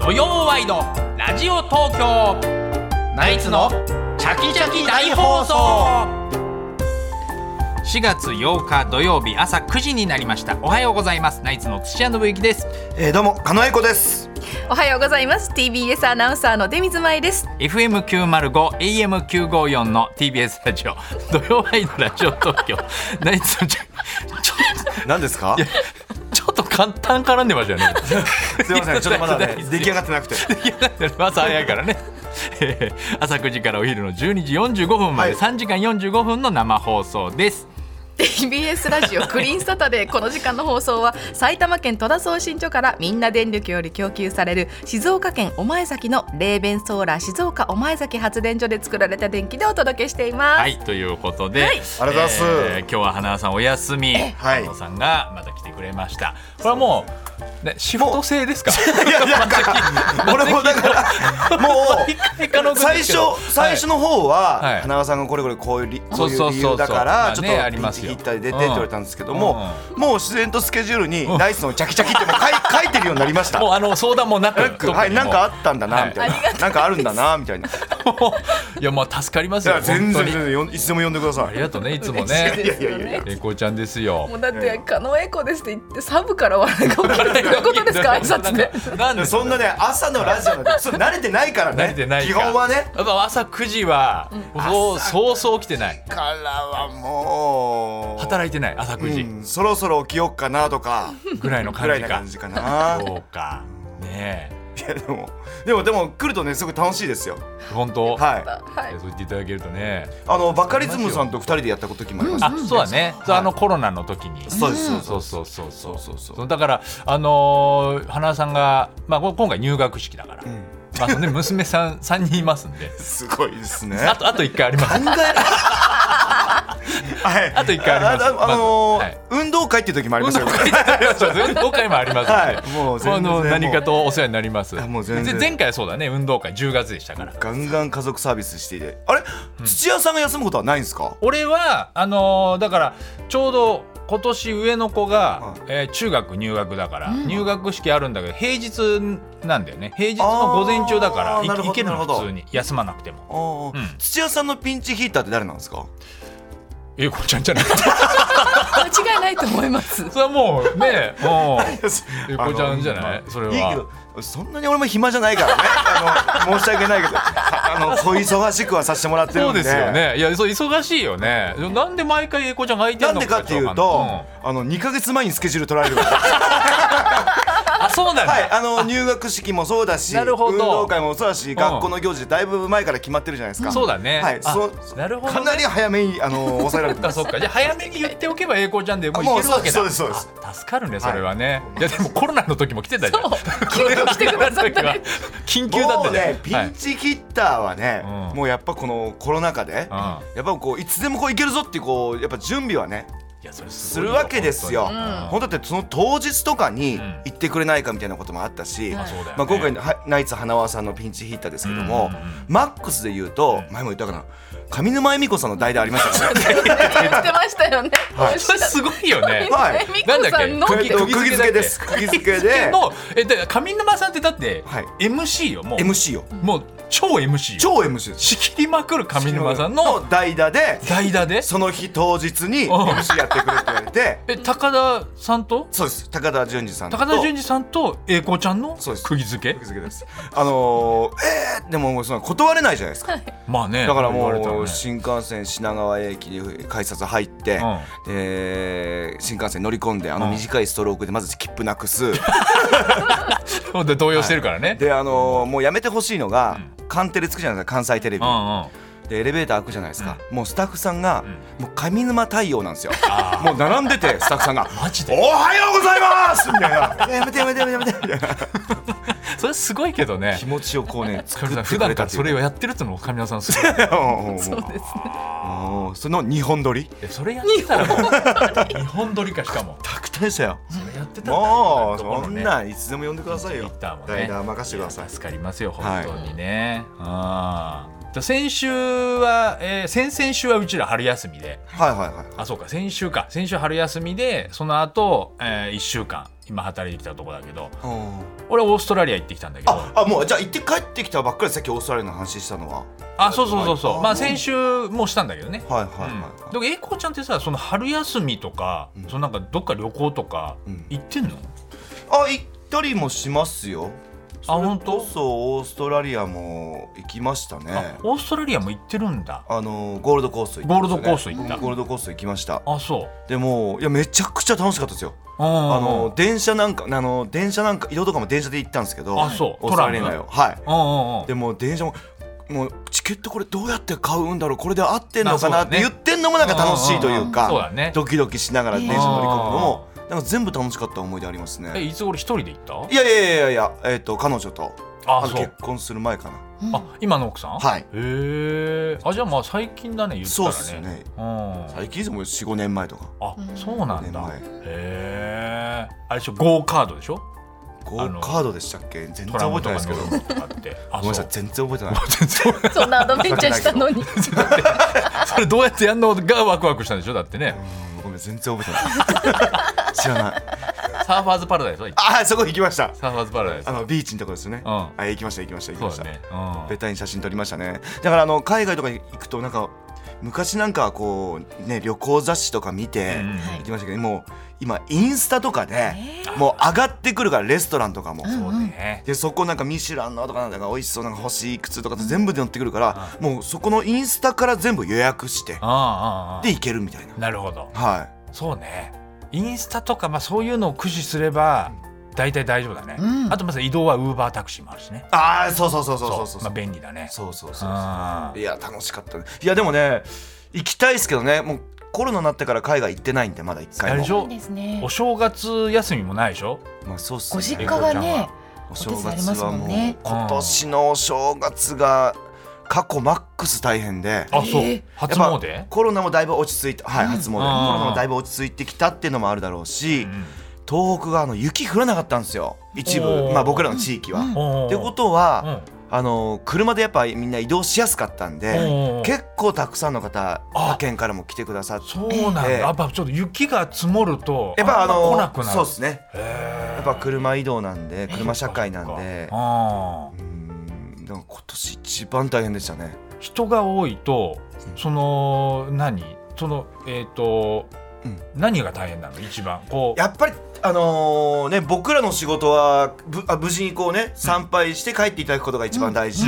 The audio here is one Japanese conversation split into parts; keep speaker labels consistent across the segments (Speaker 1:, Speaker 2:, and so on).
Speaker 1: 土曜ワイドラジオ東京ナイツのチャキチャキ大放送4月8日土曜日朝9時になりましたおはようございますナイツの土屋信之です
Speaker 2: えー、どうも狩野英孝です。
Speaker 3: おはようございます TBS アナウンサーの出水舞です
Speaker 1: FM905 AM954 の TBS ラジオ土曜ワイドラジオ東京ナイツのちょちょ
Speaker 2: 何ですか？
Speaker 1: ちょっと簡単絡んでましたよね
Speaker 2: すみません、ちょっとま だね
Speaker 1: いや
Speaker 2: 出来上がってなくて。
Speaker 1: いや朝早いからねえー朝9時からお昼の12時45分まで
Speaker 2: は
Speaker 1: 3時間45分の生放送です、
Speaker 3: TBS ラジオクリーンサタデーこの時間の放送は埼玉県戸田送信所からみんな電力より供給される静岡県御前崎のレーベンソーラー静岡御前崎発電所で作られた電気でお届けしています、
Speaker 1: はいということで、
Speaker 3: はい
Speaker 2: ありがとうございます
Speaker 1: ー今日は花輪さんお休み
Speaker 2: はい
Speaker 1: 花輪さんがまた来てくれましたこれはもう、ね、シフト制ですか
Speaker 2: いやいや、俺もだからも
Speaker 1: 毎回可能
Speaker 2: う
Speaker 1: 性で
Speaker 2: 最
Speaker 1: すけど
Speaker 2: 初最初の方
Speaker 1: はいは
Speaker 2: はい花輪さんがこれこれこういう理こうい
Speaker 1: そうそう
Speaker 2: う
Speaker 1: そ
Speaker 2: 理
Speaker 1: うそう
Speaker 2: 由だか
Speaker 1: まあ
Speaker 2: ら
Speaker 1: ね
Speaker 2: ちょっ
Speaker 1: あ
Speaker 2: と
Speaker 1: り
Speaker 2: ピ
Speaker 1: ま
Speaker 2: ン
Speaker 1: す
Speaker 2: チ
Speaker 1: よ
Speaker 2: 切ったり出てって言われたんですけども、もう自然とスケジュールにナイスのチャキチャキってもう書い 書いてるようになりました
Speaker 1: も。うあの相談もなく特にもう
Speaker 2: はい、なんかあったんだなみたい
Speaker 3: はいありが
Speaker 2: な、なんかあるんだなみたいな。い
Speaker 1: いやまあ助かりますよ
Speaker 2: や全
Speaker 1: 本当
Speaker 2: 然
Speaker 1: に
Speaker 2: 全然よんいつでも呼んでくださ
Speaker 1: あ
Speaker 2: い
Speaker 1: り。がとうねいつも
Speaker 3: 嬉 しい
Speaker 1: ね
Speaker 3: ですよ
Speaker 2: いやいやい
Speaker 3: ね
Speaker 1: えこちゃんですよ
Speaker 3: もうだって狩野英孝ですって言ってサブから笑いが起きるってどういうことですか挨拶で
Speaker 1: なんで
Speaker 2: そんなね朝のラジオなんてちょっと慣れてないからね。
Speaker 1: 慣れてないか
Speaker 2: 基本はね。
Speaker 1: やっぱ朝9時は、そうそうそう起きてない
Speaker 2: からはもう
Speaker 1: 働いてない朝9
Speaker 2: うん、そろそろ起きよっかな とか
Speaker 1: 時ぐらいの
Speaker 2: ぐ
Speaker 1: 感
Speaker 2: らい
Speaker 1: じ
Speaker 2: な
Speaker 1: か
Speaker 2: 感じかな
Speaker 1: そうかね
Speaker 2: いやでもでもでも来るとねすごい楽しいですよ
Speaker 1: え本当
Speaker 2: はい
Speaker 3: はい
Speaker 1: そう言っていただけるとね
Speaker 2: あのバカリズムさんと二人でやった時もありました
Speaker 1: あそうだねそう
Speaker 2: はい
Speaker 1: あのコロナの時に
Speaker 2: そうです
Speaker 1: そ
Speaker 2: そうう
Speaker 1: そうそうそう
Speaker 2: そうそうそう
Speaker 1: だからあのー花輪さんがまあこ今回入学式だから
Speaker 2: ん
Speaker 1: まあね娘さん 三人いますんです
Speaker 2: ごいですね
Speaker 1: あとあと一回あります
Speaker 2: はい
Speaker 1: あと一回あります
Speaker 2: あああのー
Speaker 1: まずはい
Speaker 2: 運動会っていう時もあり ましたよ
Speaker 1: 運動会もありますんで
Speaker 2: はいもう全
Speaker 1: あ
Speaker 2: 然
Speaker 1: の
Speaker 2: もう
Speaker 1: 何かとお世話になります
Speaker 2: あもう全然
Speaker 1: で前回はそうだね運動会10月でしたから
Speaker 2: ガンガン家族サービスしていてあれ土屋さんが休むことはないんですか
Speaker 1: 俺はあのーだからちょうど今年上の子が、
Speaker 2: うん
Speaker 1: えー中学入学だから、入学式あるんだけど平日なんだよね平日の午前中だから
Speaker 2: あーなる
Speaker 1: い
Speaker 2: ほど
Speaker 1: 行ける
Speaker 2: な
Speaker 1: の
Speaker 2: るほど
Speaker 1: 普通に休まなくても
Speaker 2: あー
Speaker 1: うん
Speaker 2: 土屋さんのピンチヒーターって誰なんですか
Speaker 1: えこちゃんじゃない
Speaker 3: 間違いないと思います
Speaker 1: それはもうね もうゆ
Speaker 2: ゆ
Speaker 1: うこちゃんじゃないそれはい
Speaker 2: いけどそんなに俺も暇じゃないからねあの申し訳ないけどああの小忙しくはさせてもらってる
Speaker 1: そ
Speaker 2: ん
Speaker 1: う
Speaker 2: で
Speaker 1: ですよねいやそう忙しいよねなんで毎回えこちゃんが空いて
Speaker 2: な
Speaker 1: るの
Speaker 2: んでかっていう
Speaker 1: わ
Speaker 2: と、
Speaker 1: かんないうん
Speaker 2: あの2か月前にスケジュール取られるから
Speaker 1: あそうなんだ、
Speaker 2: はいあの入学式もそうだし
Speaker 1: なるほど
Speaker 2: 運動会もそうだし学校の行事だいぶ前から決まってるじゃないですか
Speaker 1: そうだね、
Speaker 2: はい
Speaker 1: あ
Speaker 2: そ
Speaker 1: なるほどね
Speaker 2: かなり早めにあの抑えられて
Speaker 1: あ
Speaker 2: ます
Speaker 1: そっかじゃあ早めに言っておけば栄光ちゃんでもういけるわけだ
Speaker 2: もうそうですそうですそう
Speaker 1: あ助かるねそれはね、い、やでもコロナの時も来てたじゃん
Speaker 3: そう急に来てくださったね
Speaker 1: コロナの時は緊急だっ
Speaker 2: も
Speaker 1: た
Speaker 2: う
Speaker 1: じゃん
Speaker 2: ねピンチヒッターはね、
Speaker 1: うん
Speaker 2: もうやっぱこのコロナ禍で、
Speaker 1: はいうん
Speaker 2: やっぱこういつでもこういけるぞっていうこうやっぱ準備はね
Speaker 1: いやそれ
Speaker 2: す
Speaker 1: すごい
Speaker 2: る
Speaker 1: よ
Speaker 2: わけですよ。
Speaker 1: 本当にうん
Speaker 2: 本当だってその当日とかに
Speaker 1: ん
Speaker 2: 行ってくれないかみたいなこともあったし、
Speaker 1: そうだよね
Speaker 2: まあ、今回のはナイツ花輪さんのピンチヒッターですけど
Speaker 1: うん
Speaker 2: も
Speaker 1: うんうん、
Speaker 2: マックスで言うと前も言ったかな上沼恵美子さんの代であり ましたからね。
Speaker 3: 言ってましたよね、
Speaker 2: はい
Speaker 1: それすごいよね
Speaker 2: はい
Speaker 3: みこさんの
Speaker 1: なんだっけ
Speaker 2: えっと釘
Speaker 1: 釘付
Speaker 2: 付
Speaker 1: けで
Speaker 2: けですす。釘付け で
Speaker 1: のえで上沼さんってだって、
Speaker 2: はい
Speaker 1: MC よもう、
Speaker 2: MC よ
Speaker 1: もう超 MC よ
Speaker 2: 超 MC です。
Speaker 1: 仕切りまくる上沼さんの
Speaker 2: 代打で
Speaker 1: 代打で
Speaker 2: その日当日に
Speaker 1: うん
Speaker 2: MC やってくれって言われて
Speaker 1: え高田さんと
Speaker 2: そうです高田純次さんと
Speaker 1: 高田純次さんと栄光ちゃんの
Speaker 2: そうです
Speaker 1: 釘付け
Speaker 2: 釘付けです。あのー、えー、でももうその断れないじゃないですか。
Speaker 1: まあね
Speaker 2: だから
Speaker 1: 言われたら
Speaker 2: も
Speaker 1: ね
Speaker 2: う新幹線品川駅で改札入って、
Speaker 1: うん
Speaker 2: えー新幹線乗り込んであ
Speaker 1: う
Speaker 2: の
Speaker 1: ん
Speaker 2: 短いストロークでまず切符なく す
Speaker 1: そうで動揺してるからね、
Speaker 2: であのーもうやめてほしいのが、カンテレつくじゃないですか関西テレビ、
Speaker 1: うんうん
Speaker 2: でエレベーター開くじゃないですか、もうスタッフさんが、もう上沼太陽なんですよ
Speaker 1: あ。
Speaker 2: もう並んでてスタッフさんが
Speaker 1: マジ
Speaker 2: お
Speaker 1: で
Speaker 2: はようございますみたいな やめてやめてやめてやめてみたいな
Speaker 1: それすごいけどね
Speaker 2: 気持ちをこう ね
Speaker 1: そ
Speaker 2: 作
Speaker 1: れ
Speaker 2: って
Speaker 1: さ普
Speaker 2: く
Speaker 1: 段
Speaker 2: れ
Speaker 1: か
Speaker 2: た
Speaker 1: ら
Speaker 2: って
Speaker 1: そ
Speaker 2: い
Speaker 1: れ
Speaker 2: う
Speaker 1: をやってるってのも神田さんす ごい
Speaker 2: そうですその日本撮り
Speaker 1: えそれやってたらもう日本撮りかしかも
Speaker 2: 確定したよ
Speaker 1: それやってたら
Speaker 2: も う
Speaker 1: ところの
Speaker 2: そん
Speaker 1: ね
Speaker 2: なんいつでも呼んでください
Speaker 1: ツイ
Speaker 2: よ
Speaker 1: ッ。ターもね
Speaker 2: 代打任せてください。
Speaker 1: 助かりますよ本当にね、ああじゃあ先週は、えー先々週はうちら春休みで
Speaker 2: はいはいはい。
Speaker 1: あそうか先週か先週春休みでその後、え1週間今働いてきたとこだけど
Speaker 2: うん
Speaker 1: 俺オーストラリア行ってきたんだけど
Speaker 2: ああもうじゃあ行って帰ってきたばっかりさっきオーストラリアの話したのは
Speaker 1: あそうそうそうそう、
Speaker 2: あ
Speaker 1: まあ先週もしたんだけどね、
Speaker 2: はいはい
Speaker 1: うん
Speaker 2: はい、
Speaker 1: でも栄子ちゃんってさその春休みとか、
Speaker 2: うん
Speaker 1: そのなんかどっか旅行とか
Speaker 2: うん
Speaker 1: 行ってんの、
Speaker 2: あ行ったりもしますよ
Speaker 1: あ本当
Speaker 2: それこそオーストラリアも行きましたね
Speaker 1: あオーストラリアも行ってるんだ
Speaker 2: あのゴールドコースト行ったんですよね
Speaker 1: ゴールドコースト行った
Speaker 2: うんゴールドコースト行きました
Speaker 1: あそう
Speaker 2: でもいやめちゃくちゃ楽しかったですよ
Speaker 1: あ
Speaker 2: あの電車なんかあの電車なんか移動とかも電車で行ったんですけど
Speaker 1: あそう
Speaker 2: オーストラリアのよはい
Speaker 1: うんうんうん
Speaker 2: でも電車ももうチケットこれどうやって買うんだろうこれで合ってんのか
Speaker 1: まあ
Speaker 2: な
Speaker 1: そ
Speaker 2: っ
Speaker 1: うだね
Speaker 2: て言ってんのもなんか楽しいと
Speaker 1: う
Speaker 2: いう
Speaker 1: んうんうんそうだ
Speaker 2: か
Speaker 1: ね
Speaker 2: ドキドキしながら電車乗り込むのもなんか全部楽しかった思い出あります
Speaker 1: え
Speaker 2: ね
Speaker 1: いつ俺一人で行った
Speaker 2: いやいやいやいやえっと彼女と
Speaker 1: あ
Speaker 2: あの
Speaker 1: そ
Speaker 2: 結
Speaker 1: う
Speaker 2: 婚する前か
Speaker 3: うん
Speaker 1: あ今の奥さん
Speaker 2: はい
Speaker 1: へえあじゃあまあ最近だね言
Speaker 2: な
Speaker 1: ったら
Speaker 2: そう
Speaker 1: ね
Speaker 2: ですよね
Speaker 1: うん
Speaker 2: 最近でも45年前とか
Speaker 1: あそうなんだ
Speaker 2: 五
Speaker 1: へ
Speaker 2: 年
Speaker 1: えあれでしょゴーカードでしょ
Speaker 2: ゴーカードでしたっけ全然
Speaker 1: トラ
Speaker 2: 覚
Speaker 1: ム
Speaker 2: えて
Speaker 1: と
Speaker 2: ない
Speaker 1: か
Speaker 2: ですけど
Speaker 1: 乗
Speaker 2: ご
Speaker 1: る
Speaker 2: め
Speaker 1: のとかってあ
Speaker 2: んなさい全然覚え てない
Speaker 3: そんなアドベンチャーしたのに
Speaker 1: それどうやってやんのがワクワクしたんでしょだってね
Speaker 2: うんごめん全然覚えてない 知らない
Speaker 1: サーファーズパラダイスは
Speaker 2: あそこ行きました
Speaker 1: サーファーズパラダイス
Speaker 2: あのビーチのとこですね
Speaker 1: うん
Speaker 2: あ行きました行きました行きま
Speaker 1: そ
Speaker 2: し
Speaker 1: う
Speaker 2: た
Speaker 1: だね
Speaker 2: ベタに写真撮りましたねだからあの海外とかに行くとなんか昔なんかこうね旅行雑誌とか見て
Speaker 1: うんうん
Speaker 2: 行きましたけど、もう今インスタとかで
Speaker 3: え
Speaker 2: もう上がってくるからレストランとかも、
Speaker 1: そうね
Speaker 2: でそこなんかミシュランのとかなんだか美味しそうなんか欲しい靴とか全部で載ってくるから、もうそこのインスタから全部予約して
Speaker 1: ああああ
Speaker 2: で行けるみたいな
Speaker 1: なるほど
Speaker 2: はい
Speaker 1: そうねインスタとか、まあ、そういうのを駆使すれば大体大丈夫だね、
Speaker 3: うん
Speaker 1: あとまず移動はウーバータクシーもあるしね
Speaker 2: ああそうそうそうそうそうそう
Speaker 1: まあ、便利だね
Speaker 2: そうそうそう
Speaker 1: あ
Speaker 2: いや楽しかったねいやでもね行きたいですけどねもうコロナになってから海外行ってないんでまだ一
Speaker 1: あ
Speaker 2: 回
Speaker 1: れ
Speaker 2: も
Speaker 1: でしょ
Speaker 3: ですね
Speaker 1: お正月休みもないでしょ
Speaker 2: まあそうっすね
Speaker 3: ご実家がね
Speaker 2: お
Speaker 3: 正
Speaker 2: 正
Speaker 3: 月は
Speaker 2: 月はもう
Speaker 3: お手伝いありますもんね
Speaker 2: 今年のお正月が過去マックス大変で
Speaker 1: あそう、
Speaker 3: えー
Speaker 1: 初
Speaker 2: やっ
Speaker 1: 詣
Speaker 2: ぱコロナもだいぶ落ち着いてはい、
Speaker 3: うん
Speaker 2: 初詣コロ
Speaker 1: あー
Speaker 2: ナもだいぶ落ち着いてきたっていうのもあるだろうし、
Speaker 1: うん
Speaker 2: 東北があの雪降らなかったんですよ一
Speaker 1: お
Speaker 2: 部
Speaker 1: ー
Speaker 2: まあ僕らの地域は。
Speaker 3: うん
Speaker 1: おー
Speaker 2: ってことは、
Speaker 1: う
Speaker 2: あの車でやっぱみんな移動しやすかったんで、
Speaker 1: おー
Speaker 2: 結構たくさんの方
Speaker 1: あ
Speaker 2: 他県からも来てくださって
Speaker 1: んそうなんだ、
Speaker 2: ええ
Speaker 1: やっぱちょっと雪が積もると
Speaker 2: やっぱあ
Speaker 1: んま
Speaker 2: の
Speaker 1: 来なくなる
Speaker 2: そうですね
Speaker 1: や
Speaker 2: やっぱ車移動なんで車社会なんで
Speaker 1: あー
Speaker 2: うんでも今年一番大変でしたね
Speaker 1: 人が多いとその何そのえっ、と、
Speaker 2: うん
Speaker 1: 何が大変なの一番こう
Speaker 2: やっぱりあのーね僕らの仕事はぶあ無事にこうね参拝して帰っていただくことが一番大事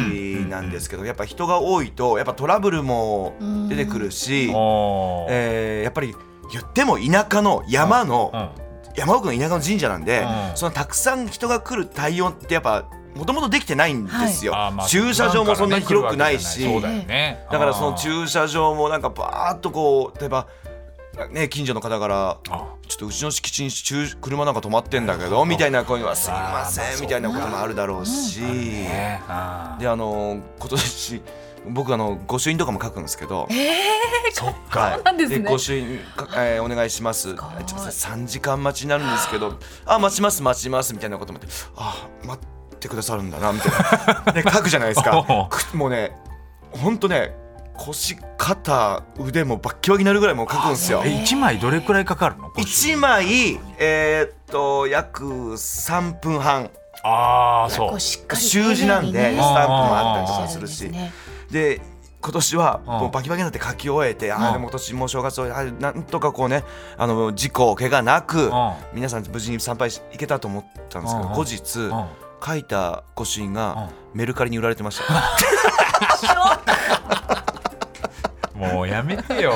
Speaker 2: なんですけどやっぱ人が多いとやっぱトラブルも出てくるし、
Speaker 1: おー
Speaker 2: えーやっぱり言っても田舎の山の、
Speaker 1: うん
Speaker 2: 山奥の田舎の神社なんで、
Speaker 1: うん
Speaker 2: そのたくさん人が来る対応ってやっぱもともとできてないんですよ、
Speaker 1: あーまあ
Speaker 2: 駐車場もそんなに広くないし、
Speaker 1: そう
Speaker 2: だ
Speaker 1: だよね
Speaker 2: からその駐車場もなんかバーっとこう例えば、ね、近所の方から
Speaker 1: あー
Speaker 2: ちょっとうちの敷地に駐車なんか止まってんだけどみたいな声はすいま
Speaker 1: あ
Speaker 2: せ
Speaker 1: ー
Speaker 2: んみたいなこともあるだろうし、
Speaker 1: ねあー
Speaker 2: であのー今年僕あの御朱印とかも書くんですけど。
Speaker 1: そっか
Speaker 2: はい
Speaker 3: そうなんですね
Speaker 2: ご朱印か、えーお願いします。ちょっと3時間待ちになるんですけど、あ、待ちます、待ちます、みたいなこともあって、あ、待ってくださるんだな、みたいな。で、書くじゃないです
Speaker 1: おう
Speaker 2: か。くもうね、ほんとね、腰、肩、腕もバッキバキになるぐらいもう書くんですよ。
Speaker 1: え一枚どれくらいかかるの
Speaker 2: 1枚、えーっと、約3分半。
Speaker 1: ああそう
Speaker 3: こうしっかり
Speaker 2: 習字なんで、スタンプもあったりと
Speaker 1: あ
Speaker 2: か
Speaker 1: ー
Speaker 2: するし
Speaker 3: 丁寧。にね
Speaker 2: で今年は
Speaker 1: うん
Speaker 2: もうバキバキになって書き終えて、あ
Speaker 1: うん
Speaker 2: あでも今年もう正月をあーなんとかこうねあの事故怪我なく、
Speaker 1: うん
Speaker 2: 皆さん無事に参拝し行けたと思ったんですけど、
Speaker 1: うん
Speaker 2: 後日、
Speaker 1: うん
Speaker 2: 書いた御朱印が、メルカリに売られて ました、
Speaker 1: もうやめて よ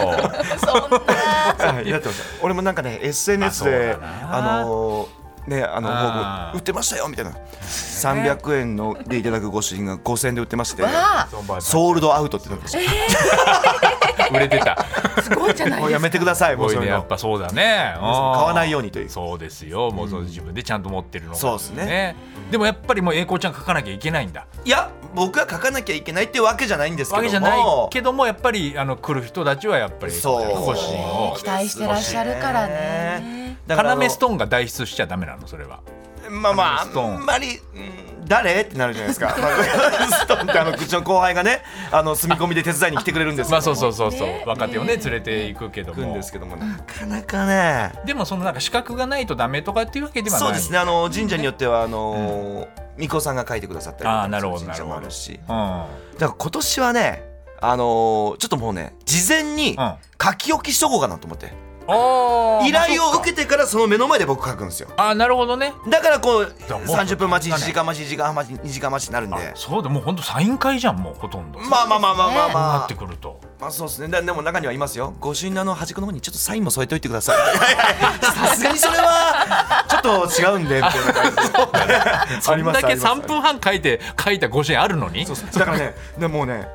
Speaker 3: そんな
Speaker 2: はいやってました俺もなんかね SNS で
Speaker 1: あそうだな
Speaker 2: あのーねあの
Speaker 1: あー
Speaker 2: 僕売ってましたよみたいな300円のでいただく御朱印が5000円で売ってまして
Speaker 3: わ
Speaker 2: ソールドアウトってなってました
Speaker 1: 売れてた
Speaker 3: あすごいじゃないですか
Speaker 2: もうやめてください
Speaker 1: す
Speaker 2: もう
Speaker 1: ごい
Speaker 2: そう
Speaker 1: ね
Speaker 2: いう
Speaker 1: やっ
Speaker 2: の
Speaker 1: ぱそうだね
Speaker 2: 皆さん買わないよう
Speaker 1: に
Speaker 2: にという
Speaker 1: そうですよもうその自分でちゃんと持ってるのが
Speaker 2: そうですね
Speaker 1: でもやっぱりもう栄光ちゃん書かなきゃいけないんだ
Speaker 2: いや僕が書かなきゃいけないってわけじゃないんですけど
Speaker 1: わ
Speaker 2: も
Speaker 1: けじゃないけどもやっぱりあの来る人たちはやっぱり
Speaker 2: そう
Speaker 1: 欲しいを
Speaker 3: 期待してらっしゃるからね
Speaker 2: だからあの
Speaker 1: 要ストーンが代筆しちゃダメなのそれは
Speaker 2: まあまああ
Speaker 1: ストーン
Speaker 2: んまり、うん誰ってなるじゃないですかまあストーンってあのうちの後輩がねあの住み込みで手伝いに来てくれるんですけど
Speaker 1: まあ
Speaker 2: も
Speaker 1: そうそうそうそう、
Speaker 3: ね
Speaker 1: 若手をね連れていくけど
Speaker 2: 行くん
Speaker 1: も
Speaker 2: ですけどもなかなかね
Speaker 1: でもそのなんか資格がないとダメとかっていうわけではない
Speaker 2: そうですねあの神社によってはあのー巫女さんが書いてくださったりとか
Speaker 1: あーなるほど
Speaker 2: そういう神社もあるし
Speaker 1: うん、うん、
Speaker 2: だから今年はねあのーちょっともうね事前に
Speaker 1: あ
Speaker 2: 書き置きしとこうかなと思って
Speaker 1: あ
Speaker 2: 依頼を
Speaker 1: け
Speaker 2: 受けてからその目の前で僕書くんですよ
Speaker 1: あなるほどね
Speaker 2: だからこう
Speaker 1: らもう
Speaker 2: 30分待ち1時間待ち1時間待ち2時間待ちになるん
Speaker 1: あ
Speaker 2: で
Speaker 1: そうだもう本当サイン会じゃんもうほとんど
Speaker 2: まあまあまあまあまあ
Speaker 1: こうな
Speaker 2: ま
Speaker 1: って
Speaker 2: あ
Speaker 1: くると
Speaker 2: まあそうですねだでも中にはいますよ御朱印のあの端っこの方にちょっとサインも添えておいてください さすがにそれはちょっと違うんでみたいな感じあ
Speaker 1: そ
Speaker 2: り
Speaker 1: ん
Speaker 2: ま
Speaker 1: だ
Speaker 2: すあ
Speaker 1: け
Speaker 2: ります
Speaker 1: 3分半書いて書いた御朱印あるのに
Speaker 2: そうそうだからねでもうね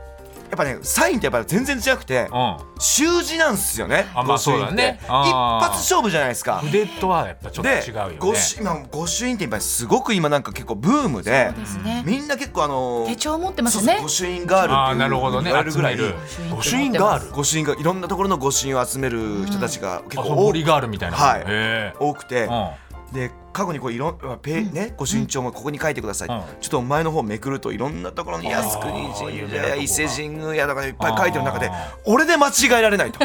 Speaker 2: やっぱねサインってやっぱ全然違くて
Speaker 1: うん
Speaker 2: 習字なんですよね
Speaker 1: あまあ
Speaker 2: 御朱印って
Speaker 1: そうだね
Speaker 2: 一
Speaker 1: あー
Speaker 2: 発勝負じゃないですか
Speaker 1: 筆とはやっぱちょっと
Speaker 2: で
Speaker 1: 違うよね
Speaker 2: 御朱今御朱印ってやっぱりすごく今なんか結構ブームで
Speaker 3: そうですね
Speaker 2: みんな結構あのー
Speaker 3: 手帳持ってま
Speaker 2: そう
Speaker 3: す
Speaker 2: そ
Speaker 3: ね
Speaker 2: う御朱印ガールっていう
Speaker 1: ああなるほどね
Speaker 2: 言われる
Speaker 1: 集
Speaker 2: ぐら
Speaker 1: め
Speaker 2: い
Speaker 1: る御
Speaker 3: 御
Speaker 1: 朱
Speaker 3: 朱
Speaker 1: 印
Speaker 3: 印
Speaker 1: ガ
Speaker 3: ガ
Speaker 1: ール
Speaker 2: 御朱印がいろんなところの御朱印を集める人たちが結
Speaker 1: あ
Speaker 2: 構
Speaker 1: そう
Speaker 2: 多
Speaker 1: ボ
Speaker 2: く
Speaker 1: リガールみたいな
Speaker 2: はい
Speaker 1: へ
Speaker 2: 多く
Speaker 1: え
Speaker 2: て
Speaker 1: う、ん
Speaker 2: で過去にこういろんペねご身長もここに書いてください、
Speaker 1: うん
Speaker 2: ちょっと前の方めくるといろんなところに靖国神社
Speaker 1: あ
Speaker 2: や
Speaker 1: ー
Speaker 2: 伊勢神宮やとかいっぱい書いてる中で
Speaker 1: あ
Speaker 2: 俺で間違えられな いと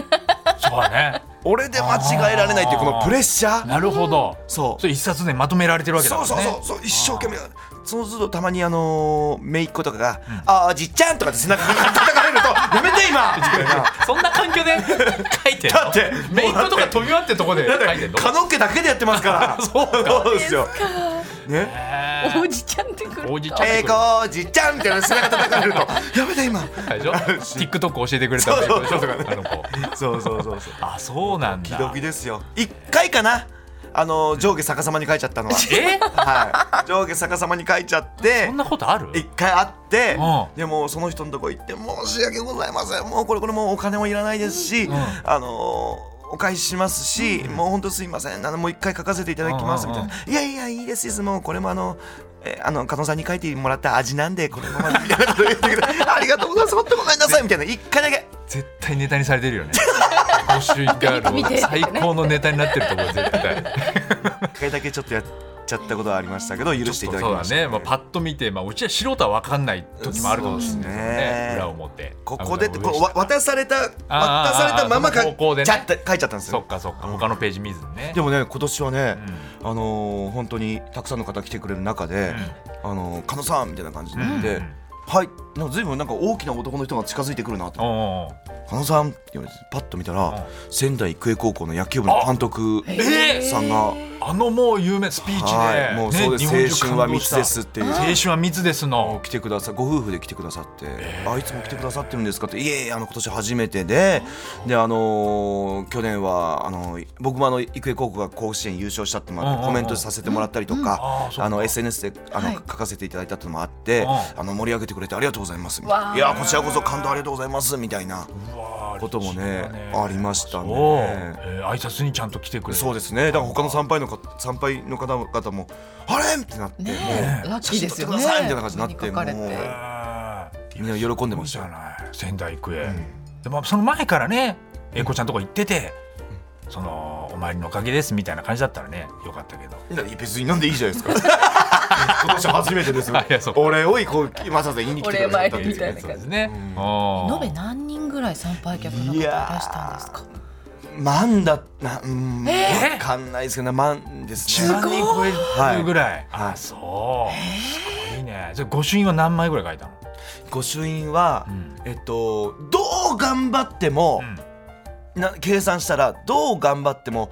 Speaker 1: そうだね
Speaker 2: 俺で間違えられないっていうこのプレッシャー
Speaker 1: なるほど
Speaker 2: そう
Speaker 1: それ一冊でまとめられてるわけだか
Speaker 2: そう
Speaker 1: ら
Speaker 2: そう
Speaker 1: ね
Speaker 2: そうそう一生懸命そうするとたまにあのー、めいっ子とかが「ああじっちゃん」とかって背中から叩かれると「やめて 今!」みたいな。
Speaker 1: そんな環境で書いてんの
Speaker 2: だって
Speaker 1: メイクとか飛び回ってるとこで書いてんの
Speaker 2: カノッケだけでやってますから。 そうですよ。ね。
Speaker 1: へー
Speaker 3: おじちゃんってくる
Speaker 1: おじちゃん
Speaker 2: えー、こうじっちゃんみたいな背中叩かれる とやめて今。
Speaker 1: あれでしょ TikTok 教えてくれた
Speaker 2: そうそう
Speaker 1: メイクでしょあの子
Speaker 2: そうそうそうそう。
Speaker 1: あそうなん
Speaker 2: ひ
Speaker 1: だ
Speaker 2: どきですよ。一回かな。あの上下逆さまに書いちゃったのは。
Speaker 1: え
Speaker 2: はい。上下逆さまに書いちゃって
Speaker 1: そん。なことある
Speaker 2: 一回会って
Speaker 1: うん
Speaker 2: でもうその人のとこ行って申し訳ございませんもうこれこれもうお金もいらないですし、
Speaker 1: ん
Speaker 2: あのお返ししますし、もう本当すいませんあのもう一回書かせていただきます
Speaker 1: うん
Speaker 2: み
Speaker 1: うん
Speaker 2: た
Speaker 1: う
Speaker 2: い
Speaker 1: ん
Speaker 2: な、いやいやいいですいいですもうこれもあの。えあの加納さんに書いてもらった味なんでこのままでみたいなこと言ってくれてありがとうございます本当ごめんなさいみたいな一回だけ
Speaker 1: 絶対ネタにされてるよね ご朱印ガール
Speaker 3: 見て
Speaker 1: を
Speaker 3: 見て
Speaker 1: 最高のネタになってるところ絶対
Speaker 2: 一回だけちょっとやっちゃったことはありましたけど許していただき
Speaker 1: そう
Speaker 2: ま
Speaker 1: だ
Speaker 2: した
Speaker 1: ね、まあ、パッと見て、まあ、うちは素人は分かんない時もあるかもしれないです
Speaker 2: そうです
Speaker 1: ね
Speaker 2: ね
Speaker 1: 裏表
Speaker 2: ここでって
Speaker 1: あ
Speaker 2: こ
Speaker 1: の
Speaker 2: う
Speaker 1: 上
Speaker 2: わ
Speaker 1: 下
Speaker 2: 渡された
Speaker 1: あー
Speaker 2: 渡されたまま
Speaker 1: あーあー
Speaker 2: 書
Speaker 1: 方向でね
Speaker 2: ちゃった書いちゃったんです
Speaker 1: そっ
Speaker 2: よ
Speaker 1: かそっか他のページ見ずにね
Speaker 2: でもね今年はね、
Speaker 1: うん
Speaker 2: あのー本当にたくさんの方来てくれる中で「あのー、狩野さん」みたいな感じで、
Speaker 1: うん
Speaker 2: ではいなんか随分なんか大きな男の人が近づいてくるなと
Speaker 1: おー
Speaker 2: 「狩野さん」って言われてパッと見たら、
Speaker 1: ん
Speaker 2: 仙台育英高校の野球部の監督
Speaker 1: えー
Speaker 2: さんが、
Speaker 1: あのもう有名スピーチで、
Speaker 2: はいもうそうです、
Speaker 1: ね
Speaker 2: 青春は密です」っていう。
Speaker 1: 青春は密ですの
Speaker 2: 来てくださご夫婦で来てくださって、あいつも来てくださってるんですかっていえいえあの今年初めてでであのー去年はあのー僕もあの育英高校が甲子園優勝したってもあっ
Speaker 1: うんうんう
Speaker 2: て
Speaker 1: ん
Speaker 2: コメントさせてもらったりと
Speaker 1: うんあ
Speaker 2: か
Speaker 1: ー、そうか
Speaker 2: あの SNS であの、
Speaker 3: はい
Speaker 2: 書かせていただいたってのもあって、
Speaker 1: う
Speaker 2: あの盛り上げてくれてありがとうございますみたい
Speaker 3: わ
Speaker 2: な
Speaker 3: ー
Speaker 2: いやこちらこそ感動ありがとうございますみたいなこともねありました
Speaker 1: ね
Speaker 2: ね
Speaker 1: おーえー挨拶にちゃんと来てくれ
Speaker 2: そうですねだから他の参拝のか参拝の方々もあれってなって、
Speaker 3: ねえ
Speaker 2: も
Speaker 3: ラ
Speaker 2: う
Speaker 3: ッキーですよね
Speaker 2: 写真撮ってくださいみたいな感じになって
Speaker 3: 書かれて
Speaker 2: もう
Speaker 1: え
Speaker 2: み
Speaker 1: ー
Speaker 2: んな喜んで
Speaker 1: い
Speaker 2: ま
Speaker 1: い
Speaker 2: し
Speaker 1: じ
Speaker 2: た
Speaker 1: ゃ
Speaker 2: よ
Speaker 1: ない仙台育英、でまあその前からね英子ちゃんとこ行ってて、そのお参りのおかげですみたいな感じだったらねよかったけど
Speaker 2: いや別になんでいいじゃないですか今年初めてです
Speaker 1: あいやそう
Speaker 2: 俺をこうわざわざ言いに来てくれた
Speaker 3: お礼参りみたいな
Speaker 1: そう
Speaker 3: 感
Speaker 1: で
Speaker 3: じ
Speaker 1: すね、
Speaker 2: うん
Speaker 1: おー
Speaker 3: 延べ何人ぐらい参拝客の方いらしたんですか
Speaker 2: 万だなうん、
Speaker 3: え
Speaker 1: ー
Speaker 2: わかんないですけどね万ですね
Speaker 1: 10万人超え
Speaker 2: はい
Speaker 1: るぐらい、
Speaker 2: はい
Speaker 1: あそうすごいねそれ御朱印は何枚ぐらい書いたの、
Speaker 2: 御朱印は、
Speaker 1: うん
Speaker 2: えっとどう頑張っても、な計算したらどう頑張っても